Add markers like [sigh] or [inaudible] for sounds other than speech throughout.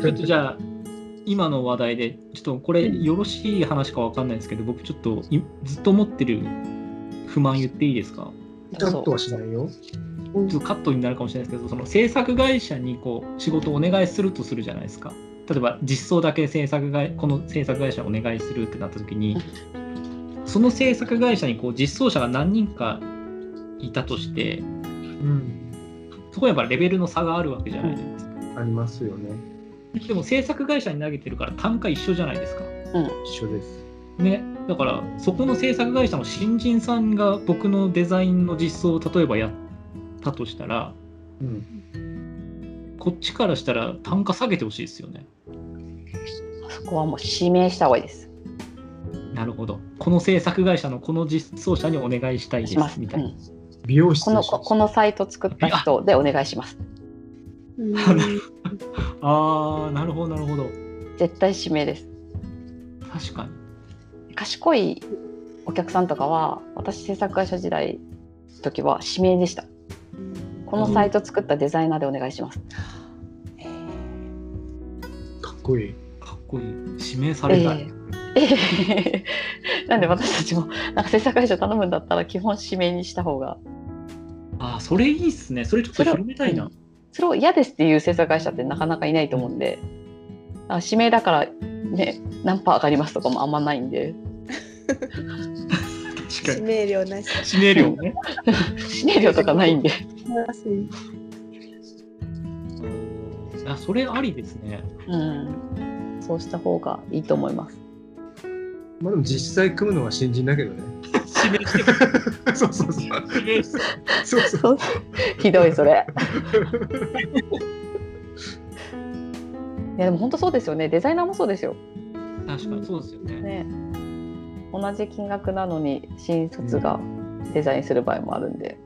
ちょっとじゃあ、今の話題で、ちょっとこれ、よろしい話かわかんないですけど、僕、ちょっといずっと持ってる不満言っていいですかピタッとはしないよ。ちょっとカットになるかもしれないですけど、その制作会社にこう仕事をお願いするとするじゃないですか。例えば、実装だけ制作会この制作会社お願いするってなった時に、その制作会社にこう実装者が何人かいたとして、うん、そこはやっぱレベルの差があるわけじゃないですか。ありますよね。でも制作会社に投げてるから単価一緒じゃないですか。一緒です。ね、だからそこの制作会社の新人さんが僕のデザインの実装を例えばやったとしたらうん、こっちからしたら単価下げてほしいですよねそこはもう指名した方がいいです。なるほどこの制作会社のこの実装者にお願いしたいでします。すうみたいな、ん美容室このここのサイト作った人でお願いします。うん [laughs] あーなるほどなるほど絶対指名です。確かに賢いお客さんとかは私制作会社時代の時は指名でした。このサイト作ったデザイナーでお願いします。かっこいい。かっこいい指名さえれたい、えええなんで私たちもなんか制作会社頼むんだったら基本指名にした方があーそれいいっすねそれちょっと広めたいなそれを嫌ですっていう制作会社ってなかなかいないと思うんで、あ指名だから、ね、何パー上がりますとかもあんまないんで確指か名料なし。に指名料ね指名料とかないんで、あそれありですねうん、そうした方がいいと思います。まあでも実際組むのは新人だけど [laughs] ね。指名してもそうそうそう。指名してそうそう。そう [laughs] ひどいそれ。いやでも本当そうですよねデザイナーもそうですよ。確かにそうですよねね、同じ金額なのに新卒がデザインする場合もあるんで、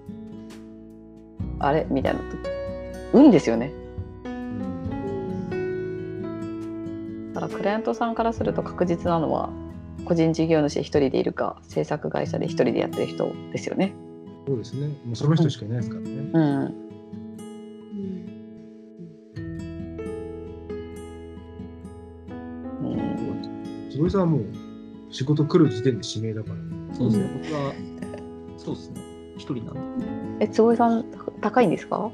あれみたいなと運ですよねだからクライアントさんからすると確実なのは個人事業主で一人でいるか制作会社で一人でやってる人ですよね。そうですね。もうその人しかいないですからね。うん、うん坪井さんはもう仕事来る時点で指名だから。そうですね、僕は、そうですね、一人なんで。え坪井さん高いんですか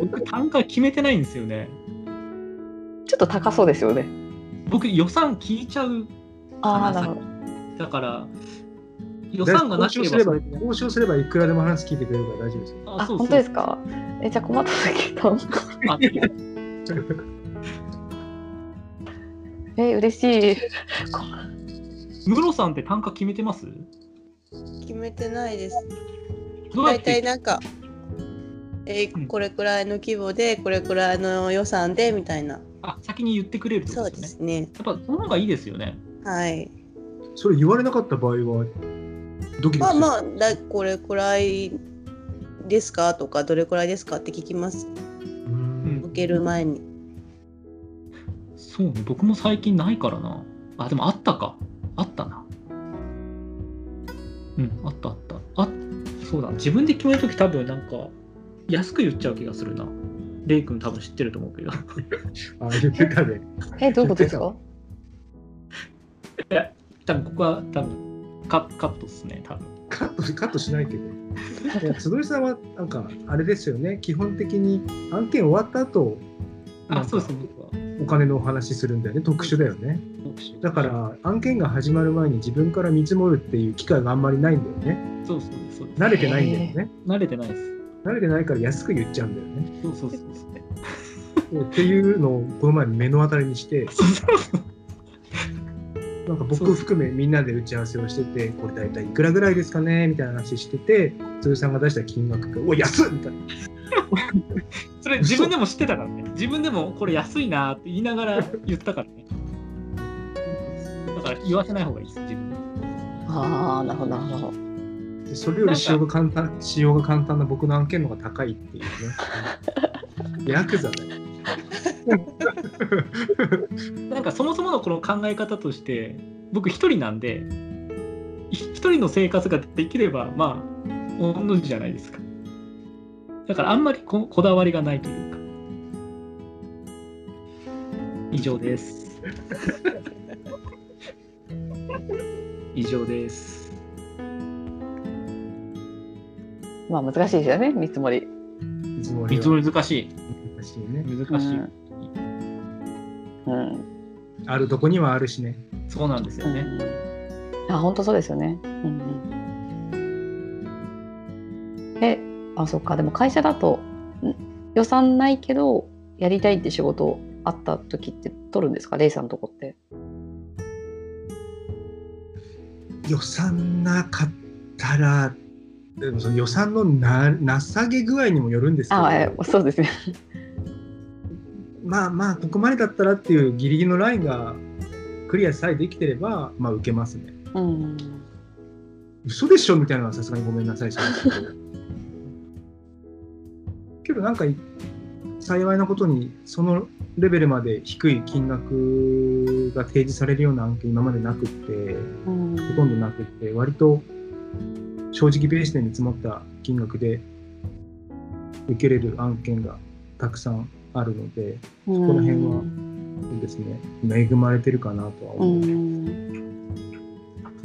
僕、単価決めてないんですよね。ちょっと高そうですよね。僕、予算聞いちゃう。ああなるほど。だから、予算がなければ、交渉すれば、交渉すればいくらでも話聞いてくれるから大丈夫ですよ。あそう本当ですかえじゃあ困った時と [laughs] あいや [laughs] え嬉しい。ムロさんって単価決めてます決めてないです。どうや大っ体てなんか、えうんこれくらいの規模で、これくらいの予算でみたいな。あ先に言ってくれるってこそうとでですよね。すね。やっぱ、その方がいいですよね。はい。それ言われなかった場合は、ドキドキする。まあまあ。あ、だこれくらいですかとか、どれくらいですかって聞きます。うん。受ける前に。そうね、僕も最近ないからな。あ、でもあったか。あったな。うん、あったあった。あそうだ、自分で決めるとき多分なんか、安く言っちゃう気がするな。レイ君多分知ってると思うけど。 [laughs] あ、言ってたね。えどういうことですか多分ここは多分カカットっすね、多分。カットカットしないけど。いや坪井さんは、なんか、あれですよね。基本的に案件終わった後、なんあ、かそうですね、僕は。お金のお話するんだよね。特殊だよね。だか、ら、案件が始まる前に自分から見積もるっていう機会があんまりないんだよね。そうそうですそうです。慣れてないんだよね。慣れてないです。慣れてないから安く言っちゃうんだよね。そうそうそうそう。っていうのをこの前目の当たりにしてなんか僕含めみんなで打ち合わせをしててこれ大体いくらぐらいですかねみたいな話してて鈴さんが出した金額が「おい安っ!」みたいな [laughs] それ自分でも知ってたからね。 [laughs] 自分でもこれ安いなって言いながら言ったからね。だから言わせない方がいいです、自分で。ああなるほどなるほど。でそれより使用が簡 [laughs] 単使用が簡単な僕の案件の方が高いっていうね [laughs] ヤクザだよなんかそもそものこの考え方として僕一人なんで一人の生活ができればまあ御の字じゃないですかだからあんまりここだわりがないというか。以上 [laughs] です。以上です。まあ難しいですよね見積もり。いつもより見積もり難し難しいねい。難しい。うん。うんあるとこにはあるしねそうなんですよね。うんあ本当そうですよね。うんうん、えあそっかでも会社だとん予算ないけどやりたいって仕事あった時って取るんですかレイさんのとこって。予算なかったらでもその予算のな情け具合にもよるんですけどあえそうですね。まあまあここまでだったらっていうギリギリのラインがクリアさえできてればまあ受けますねうん嘘でしょみたいなのはさすがにごめんなさい [laughs] しますけどけどなんか幸いなことにそのレベルまで低い金額が提示されるような案件今までなくってうんほとんどなくって割と正直ベースで見積もった金額で受けれる案件がたくさんあるのでこら辺はそうですね恵まれてるかなとはう思う、ん。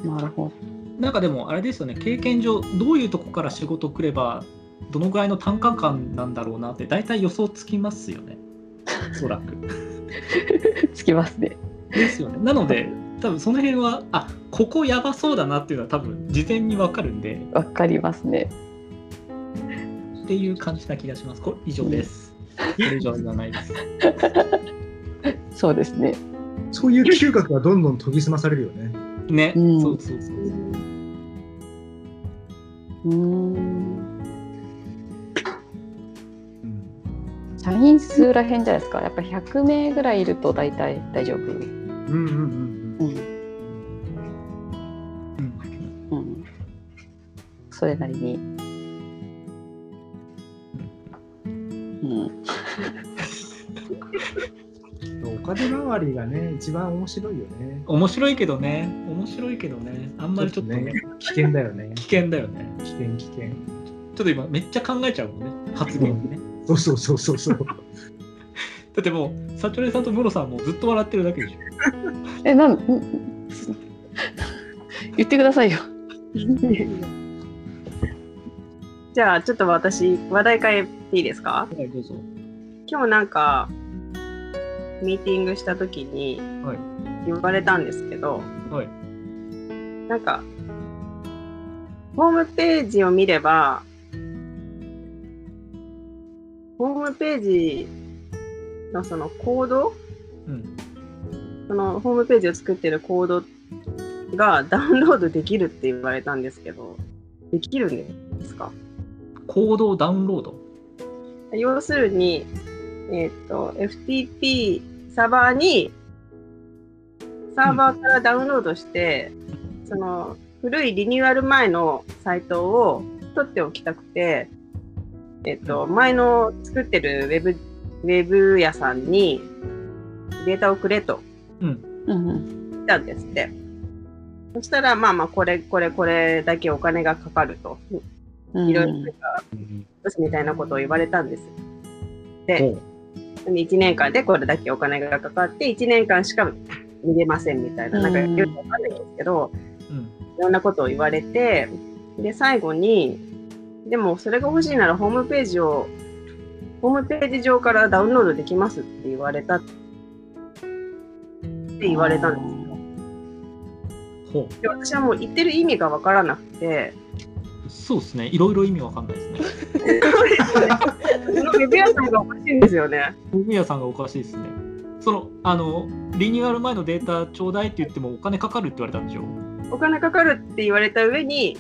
なるほど。なんかでもあれですよね、経験上、どういうとこから仕事来れば、どのぐらいの単価感なんだろうなって、大体予想つきますよね、おそらく。つきますね。ですよね。なので、多分その辺は、あここやばそうだなっていうのは、多分事前にわかるんで、わかりますね。っていう感じな気がします。これ以上です。これ以上じゃないです。そうですね。そういう嗅覚がどんどん研ぎ澄まされるよねね、うんそうそうそうそう。うーん。社員数らへんじゃないですか。やっぱ100名ぐらいいると大体大丈夫。うん。うんうんうんうんうん。それなりに。うん。うんお金回りがね一番面白いよね面白いけどね、面白いけどね、あんまりちょっとね、危険だよね危険だよね。危険危険ちょっと今、めっちゃ考えちゃうもんね、発言にね。そうそうそうそうそうだってもう、サチョレさんとムロさんはもうずっと笑ってるだけでしょ。え、なん。 [laughs] ん言ってくださいよ。じゃあちょっと私話題変えていいですはかい、どうぞ。今日なんかミーティングした時にはい言われたんですけど、はい。なんかホームページを見ればホームページのそのコードうん。そのホームページを作ってるコードがダウンロードできるって言われたんですけどできるんですか行動ダウンロード。要するに、えー、と FTP サーバーにサーバーからダウンロードして、その古いリニューアル前のサイトを取っておきたくて、えーとう前の作ってるウェブウェブ屋さんにデータをくれとうんうん。行ったんですって。そしたら、まあまあ、これ、これ、これだけお金がかかると、うんいろいろなんか、みたいなことを言われたんです。で、1年間でこれだけお金がかかって、1年間しか見れませんみたいな、なんかうんよくわかんないんですけど、うん。いろんなことを言われて、で、最後に、でもそれが欲しいならホームページを、ホームページ上からダウンロードできますって言われたって言われたんですよ。ほで私はもう言ってる意味が分からなくて、う。そうですね。いろいろ意味わかんないですね。そのウェブ屋さんがおかしいんですよね。本宮さんがおかしいですね。そのあのリニューアル前のデータちょうだいって言ってもお金かかるって言われたんでしょお金かかるって言われた上に、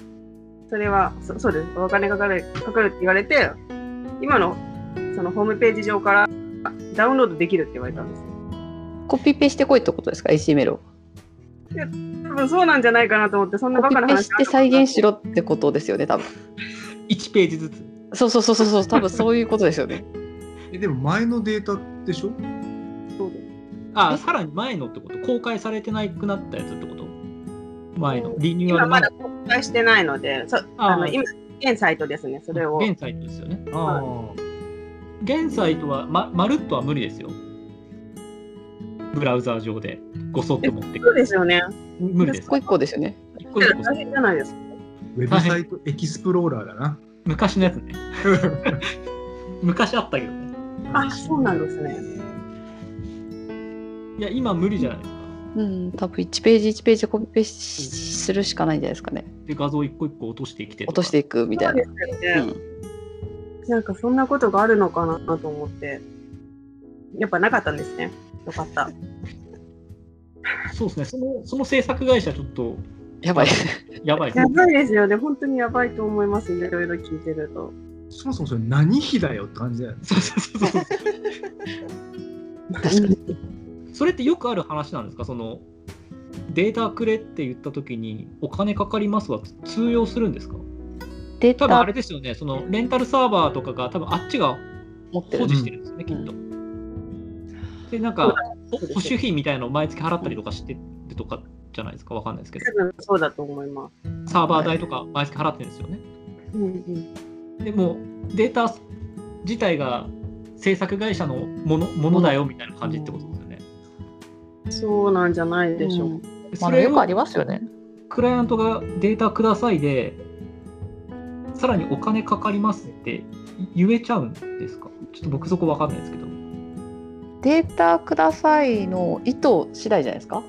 それは、そそうです、お金かかるかかるって言われて、今のそのホームページ上からダウンロードできるって言われたんです。コピペしてこいってことですか HTML を。多分そうなんじゃないかなと思って、そんなコバピカなペ話し。て再現しろってことですよね多分。 1ページずつそうそうそうそうそう多分そういうことです [laughs] よね。えでも前のデータでしょあえさらに前のってこと公開されてなくなったやつってこと前のリニューア今ル前まのだ公開してないので、そあーあの今現サイトですね、それを。現サイトですよね。ああ、現サイトはままるっとは無理ですよ。ブラウザー上でごそっと持ってくそうる。ですよね。無理一です。個一個ですよね。一個一個大変じゃないですか。ウェブサイトエキスプローラーだな。昔のやつ [laughs] ね。昔あったけどね。あ、そうなんですね。いや、今無理じゃないですか。うん、多分1ページ1ページコピペしするしかないんじゃないですかね。で、画像一個一個落としてきてとか落としていくみたいな。そうですよね。なんかそんなことがあるのかなと思って。やっぱなかったんですね。よかった。そうですね。その、その制作会社ちょっとうん [laughs] やばい。やばいですやね。ばいですよね。本当にやばいと思います。いろいろ聞いてると。そもそもそれ何日だよって感じだよね。そうそうそうそう。確かに。それってよくある話なんですかそのデータくれって言った時にお金かかりますは通用するんですかデー多分あタれですよねそのレンタルサーバーとかが多分あっちが持って保る持してるんですよね、きっと。でなんか保保守費みたいのを毎月払ったりとかしてるとかじゃないですかわかんないですけど多分そうだと思います。サーバー代とか毎月払ってるんですよね。うんうん。でもデータ自体が制作会社のものものだよみたいな感じってことですよね。そうなんじゃないでしょううか。んまそあ、れをよくありますよね。クライアントがデータくださいで、さらにお金かかりますって言えちゃうんですかちょっと僕そこわかんないですけど。データくださいの意図次第じゃないですか。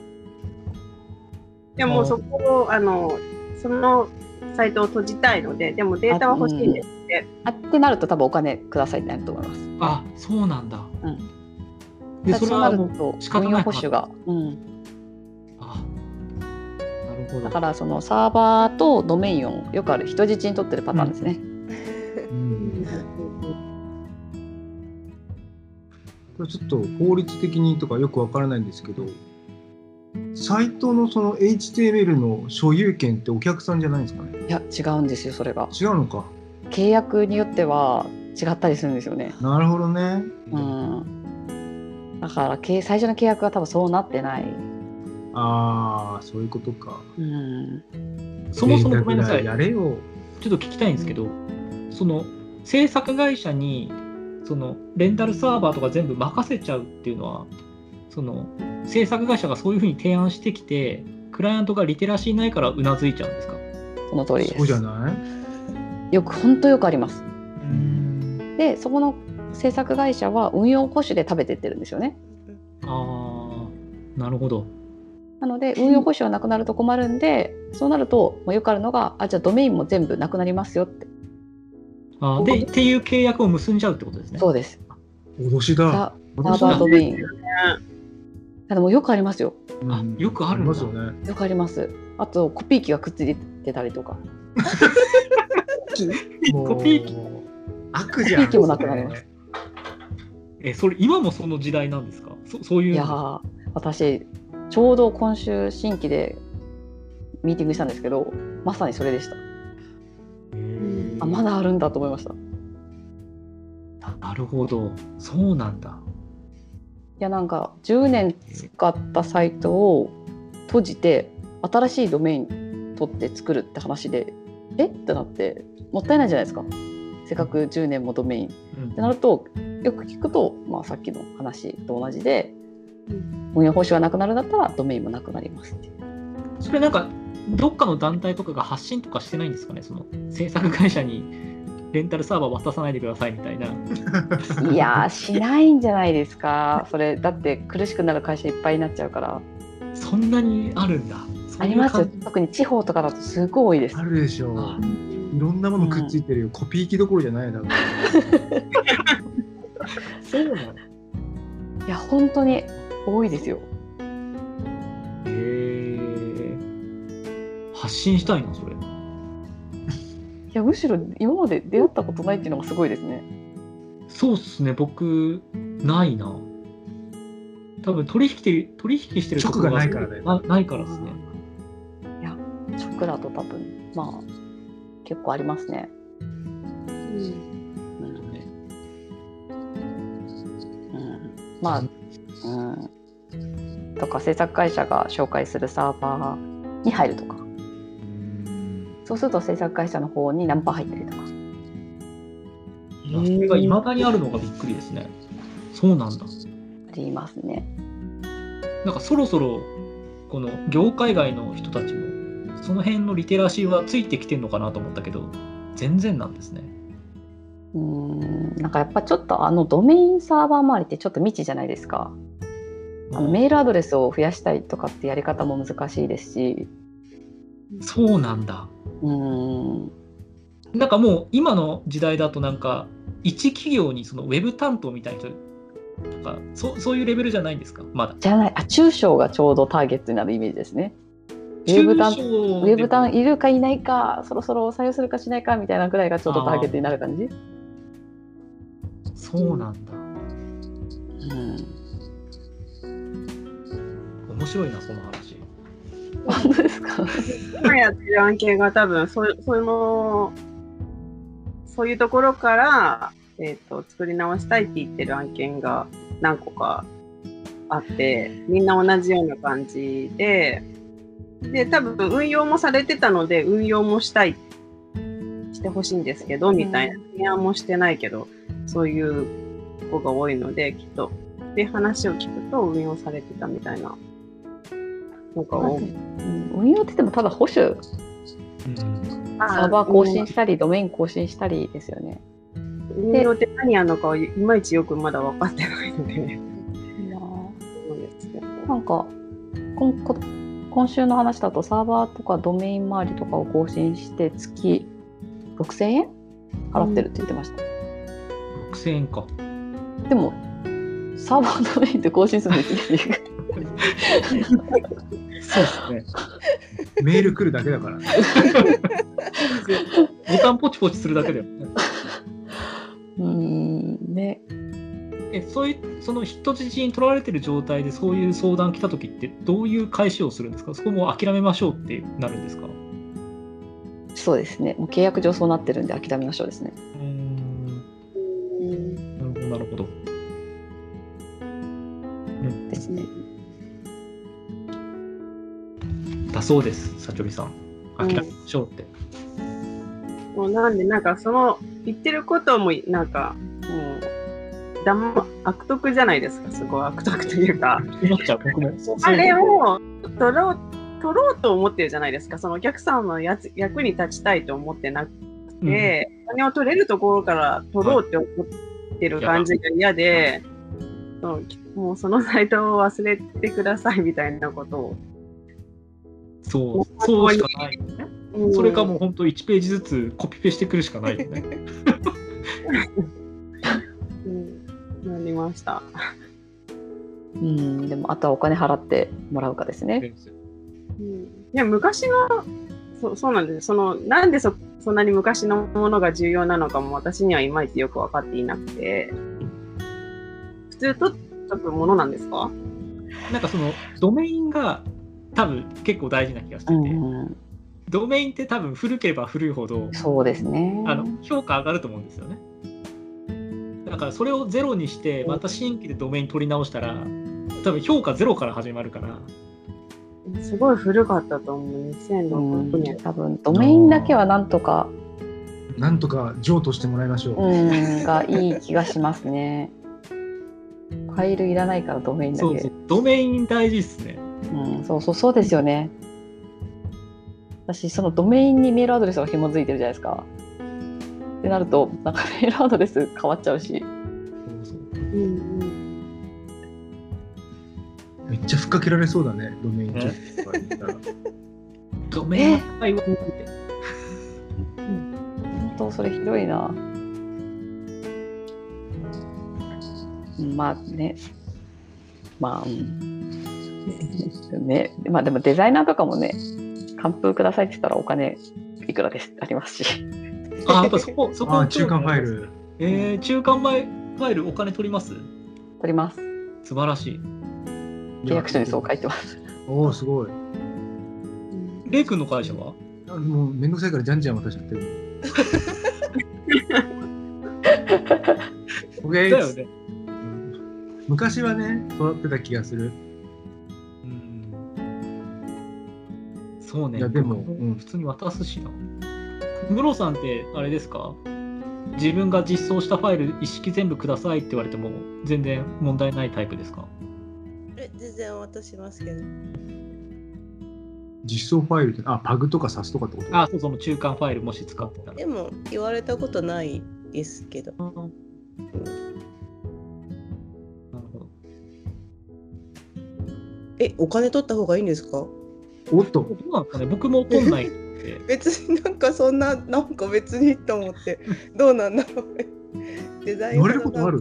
でもそこをあのそのサイトを閉じたいので、でもデータは欲しいんです。あってなると多分お金くださいになると思います。あ、そうなんだ。うん、で、それはそうもなうると仕方ない運用保守が、うん、あ、なるほだかど。らそのサーバーとドメインをよくある人質に取ってるパターンですね。うん、これちょっと法律的にとかよくわからないんですけど、サイトのその HTML の所有権ってお客さんじゃないんですかね。いや違うんですよそれが違うのか。契約によっては違ったりするんですよね。なるほどね。うん、だからけ最初の契約は多分そうなってない。ああ、そういうことか。うん、そもそもごめんなさい。連絡ちょやれよ。っと聞きたいんですけど、その制作会社にそのレンタルサーバーとか全部任せちゃうっていうのは、その制作会社がそういうふうに提案してきて、クライアントがリテラシーないからうなずいちゃうんですかその通りでそうじゃす。ないよく本当よくあります。うんでそこの制作会社は運用保守で食べてってるんですよね。ああ、なるほど。なので運用保守がなくなると困るんで、そうなるともうよくあるのがあじゃあドメインも全部なくなりますよって。あーで、っていう契約を結んじゃうってことですね。そうです。脅しだ。ササ脅ーしだバードメイン。でもよくありますよ。あよくあるんりだますよね。 [laughs] よくあります。あとコピー機がくっついてたりとか。 [laughs] もうコピー機悪じゃん。コピー機もなくなりますえ、それ、今もその時代なんですかそそういう。いやー私ちょうど今週新規でミーティングしたんですけど、まさにそれでした。あまだあるんだと思いました。いなるほど。そうなんだ。やなんか10年使ったサイトを閉じて新しいドメイン取って作るって話でえってなってもったいないじゃないですか。せっかく10年もドメインうんってなるとよく聞くと、まあ、さっきの話と同じで、運用報酬がなくなるんだったらドメインもなくなりますっていうそれなんか、どっかの団体とかが発信とかしてないんですかねその、制作会社にレンタルサーバー渡さないでくださいみたいな。いやーしないんじゃないですかそれだって苦しくなる会社いっぱいになっちゃうからそんなにあるんだ。ありますそういよう感じ特に地方とかだとすごい多いですあるでしょう。いろんなものくっついてるよ。コピー機どころじゃないよ。多分そうなの。いや本当に多いですよへー発信したいな、それ。いやむしろ今まで出会ったことないっていうのがすごいですねそうっすね、僕、ないな。多分取引して取引してるところ直がないからだよなないからですね。ショックだと多分まあ結構ありますねうん、うん、まあうんとか制作会社が紹介するサーバーに入るとかうんそうすると制作会社の方に何パー入ったりとかいやそれがいまだにあるのがびっくりですね。そうなんだ。ありますね。なんかそろそろこの業界外の人たちもその辺のリテラシーはついてきてんのかなと思ったけど全然なんですね。うーんなんかやっぱちょっとあのドメインサーバー周りってちょっと未知じゃないですか。あのメールアドレスを増やしたいとかってやり方も難しいですし、そうなんだ。うーんなんかもう今の時代だとなんか一企業にそのウェブ担当みたいな人とかそそういうレベルじゃないんですかまだ。じゃないあ中小がちょうどターゲットになるイメージですね。ウェブ担中小ウでェブ担いるかいないかそろそろ採用するかしないかみたいなぐらいがちょっとターゲットになる感じ。そうなんだ。うん、面白いなその話。本当ですか今やってる案件が多分そうそういうのそういうところから、えー、と作り直したいって言ってる案件が何個かあってみんな同じような感じでで多分運用もされてたので運用もしたいしてほしいんですけどみたいな提案もしてないけどそういう子が多いのできっとで話を聞くと運用されてたみたいなのが多い。うん運用って言ってもただ保守うん、サーバー更新したりドメイン更新したりですよね。運用って何やるのかはいまいちよくまだ分かってないので、そうですけどなんかこんこ今週の話だとサーバーとかドメイン周りとかを更新して月6000円払ってるって言ってました、 6000円か。でもサーバードメインって更新するの1年でそうですね。メール来るだけだから、ね、ボタンポチポチするだけだよね。うーんねえそういうその人質に取られてる状態でそういう相談来た時ってどういう返しをするんですかそこもう諦めましょうってなるんですかそうですねもう契約上そうなってるんで諦めましょうですねうんなるほどなるほどですねだそうですサチョリさん諦めましょうって、もうなんでなんかその言ってることもなんかもうだま悪徳じゃないですかすごい悪徳というか思っちゃう僕もそうあれをを取ろう取ろうと思ってるじゃないですかそのお客さんのやつ役に立ちたいと思ってなくて、お金を取れるところから取ろうって思ってる感じが嫌で、そうもうそのサイトを忘れてくださいみたいなことを。そうそうしかない、うんそれかもう本当1ページずつコピペしてくるしかないよ [laughs] ねうん、なりました。うんでもあとはお金払ってもらうかですねいや昔のそそうなんですそのなんでそそんなに昔のものが重要なのかも私にはいまいちよく分かっていなくて普通取っとくものなんですかなんかそのドメインが多分結構大事な気がしてうて、んドメインって多分古ければ古いほどそうですねあの評価上がると思うんですよね。だからそれをゼロにしてまた新規でドメイン取り直したら多分評価ゼロから始まるからすごい古かったと思うう2006ん年、多分ドメインだけはなんとかなんとか譲渡してもらいましょう。うんがいい気がしますね。ファイルいらないからドメインだけ。そうそうドメイン大事っすね。うん、そうそうそうですよね。私そのドメインにメールアドレスが紐づいてるじゃないですか。ってなるとなんか [laughs] メールアドレス変わっちゃうし。うんめっちゃふっかけられそうだね、ドメイン譲渡とか言ったら。ドメインえはい本当それひどいな。うんまあね。まあ、うん、ね、まあでもデザイナーとかもね、完封くださいって言ったらお金いくらですってありますし。あやっぱそこそこああ、中間ファイ。ル。えー、中間ファイファイルお金取ります取ります。素晴らしい。契約書にそう書いてます。おお、すごい。レイ君の会社はあもうめんどくさいからじゃんじゃん渡しちゃってる。だ OK よね。うん昔はね、育ってた気がする。うんそうね。いやでも僕うん普通に渡すしな。ムロさんってあれですか自分が実装したファイル一式全部くださいって言われても全然問題ないタイプですかえ全然渡しますけど実装ファイルって、あ、パグとかサスとかってことあ、そう、その中間ファイルもし使ってたらで。も言われたことないですけどなるほど。えお金取った方がいいんですかおっとど、うなんですかね僕も取んないって。別になんかそんななんか別にと思ってどうなんだろうねデザイン言われることある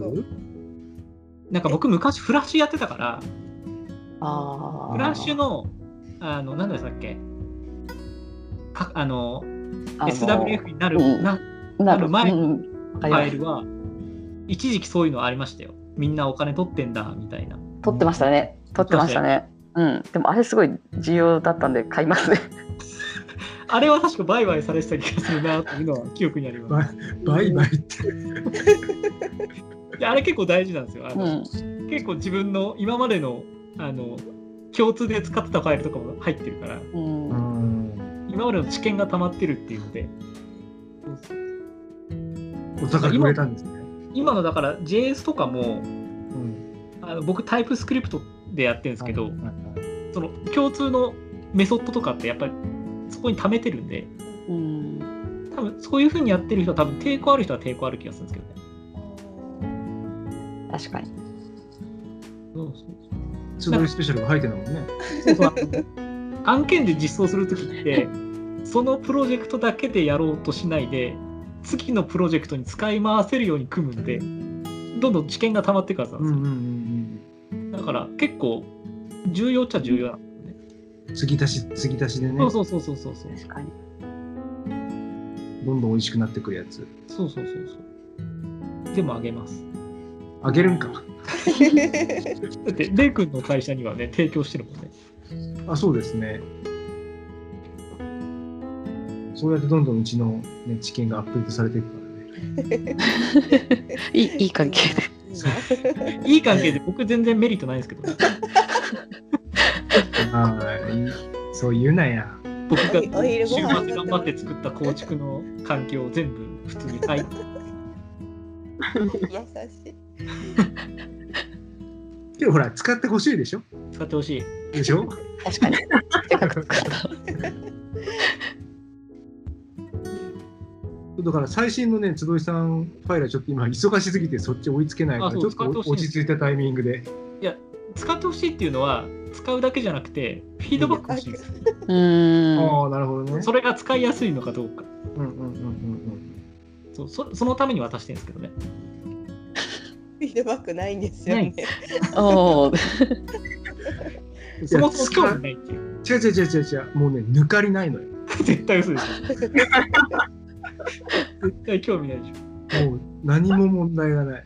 なんか僕昔フラッシュやってたから、ああ。フラッシュの、あの、なんだったっけかあの、あの SWF になる、うんななる前うん、わフかりまァイすルは、一時期そういうのありましたよ。みんなお金取ってんだみたいな。撮ってましたね。撮ってましたね。うん、でもあれすごい重要だったんで買い [laughs] ますね。あれは確か売買されてた気がするなっていうのは記憶にあり [laughs] ます。バイバイって。であれ結構大事なんですよ。あうのん、結構自分の今までのあの共通で使ってたファイルとかも入ってるから、うん、うん今までの知見が溜まってるっていうので、お互いくれたんですね。今のだから JS とかも、うんあの僕タイプスクリプトでやってるんですけど、はいはいその共通のメソッドとかってやっぱりそこに溜めてるんで、うん、多分そういうふうにやってる人は多分抵抗ある人は抵抗ある気がするんですけどね。確かに。そうそうつながりスペシャルが入ってたもんね。そうそうあの案件で実装するときってそのプロジェクトだけでやろうとしないで次のプロジェクトに使い回せるように組むんでどんどん知見が溜まっていくはずなんうでんすうよ、んうんだから結構重要っちゃ重要なんですよね、うん。継ぎ足し、継ぎ足しでね、そどうんそうそうそうそうそう確かに。どん美味しくなってくるやつ。そうそうそうそうでもあげますあげるんか。だってレイ君の会社にはね提供してるもんねあ、そうですね。そうやってどんどんうちの、ね、知見がアップデートされていくからね。いい、いい関係。いい関係で僕全然メリットないんですけどねはい。そう言うなや。僕がおお週昼ご末飯頑張って作った構築の環境を全部普通に [laughs] 入っていや優しいでもほら、使ってほしいでしょ使ってほしいでしょ確 [laughs] かに。せっかく作った。だから最新のね、つどいさんファイルはちょっと今忙しすぎてそっち追いつけないかあら、ちそうょっと使ってほしい落ち着いたタイミングで。使ってほしいっていうのは使うだけじゃなくてフィードバック欲しいんですようーん。ああ、なるほどね。それが使いやすいのかどうかうんうんうんうんそうそそのために渡してるんですけどねフィードバックないんですよねおお。うん。そもそもいや興使味ないっていう [laughs] 違う違う違う違う違う。もうね、抜かりないのよ。絶対嘘でしょ絶対興味ないでしょもう何も問題がない。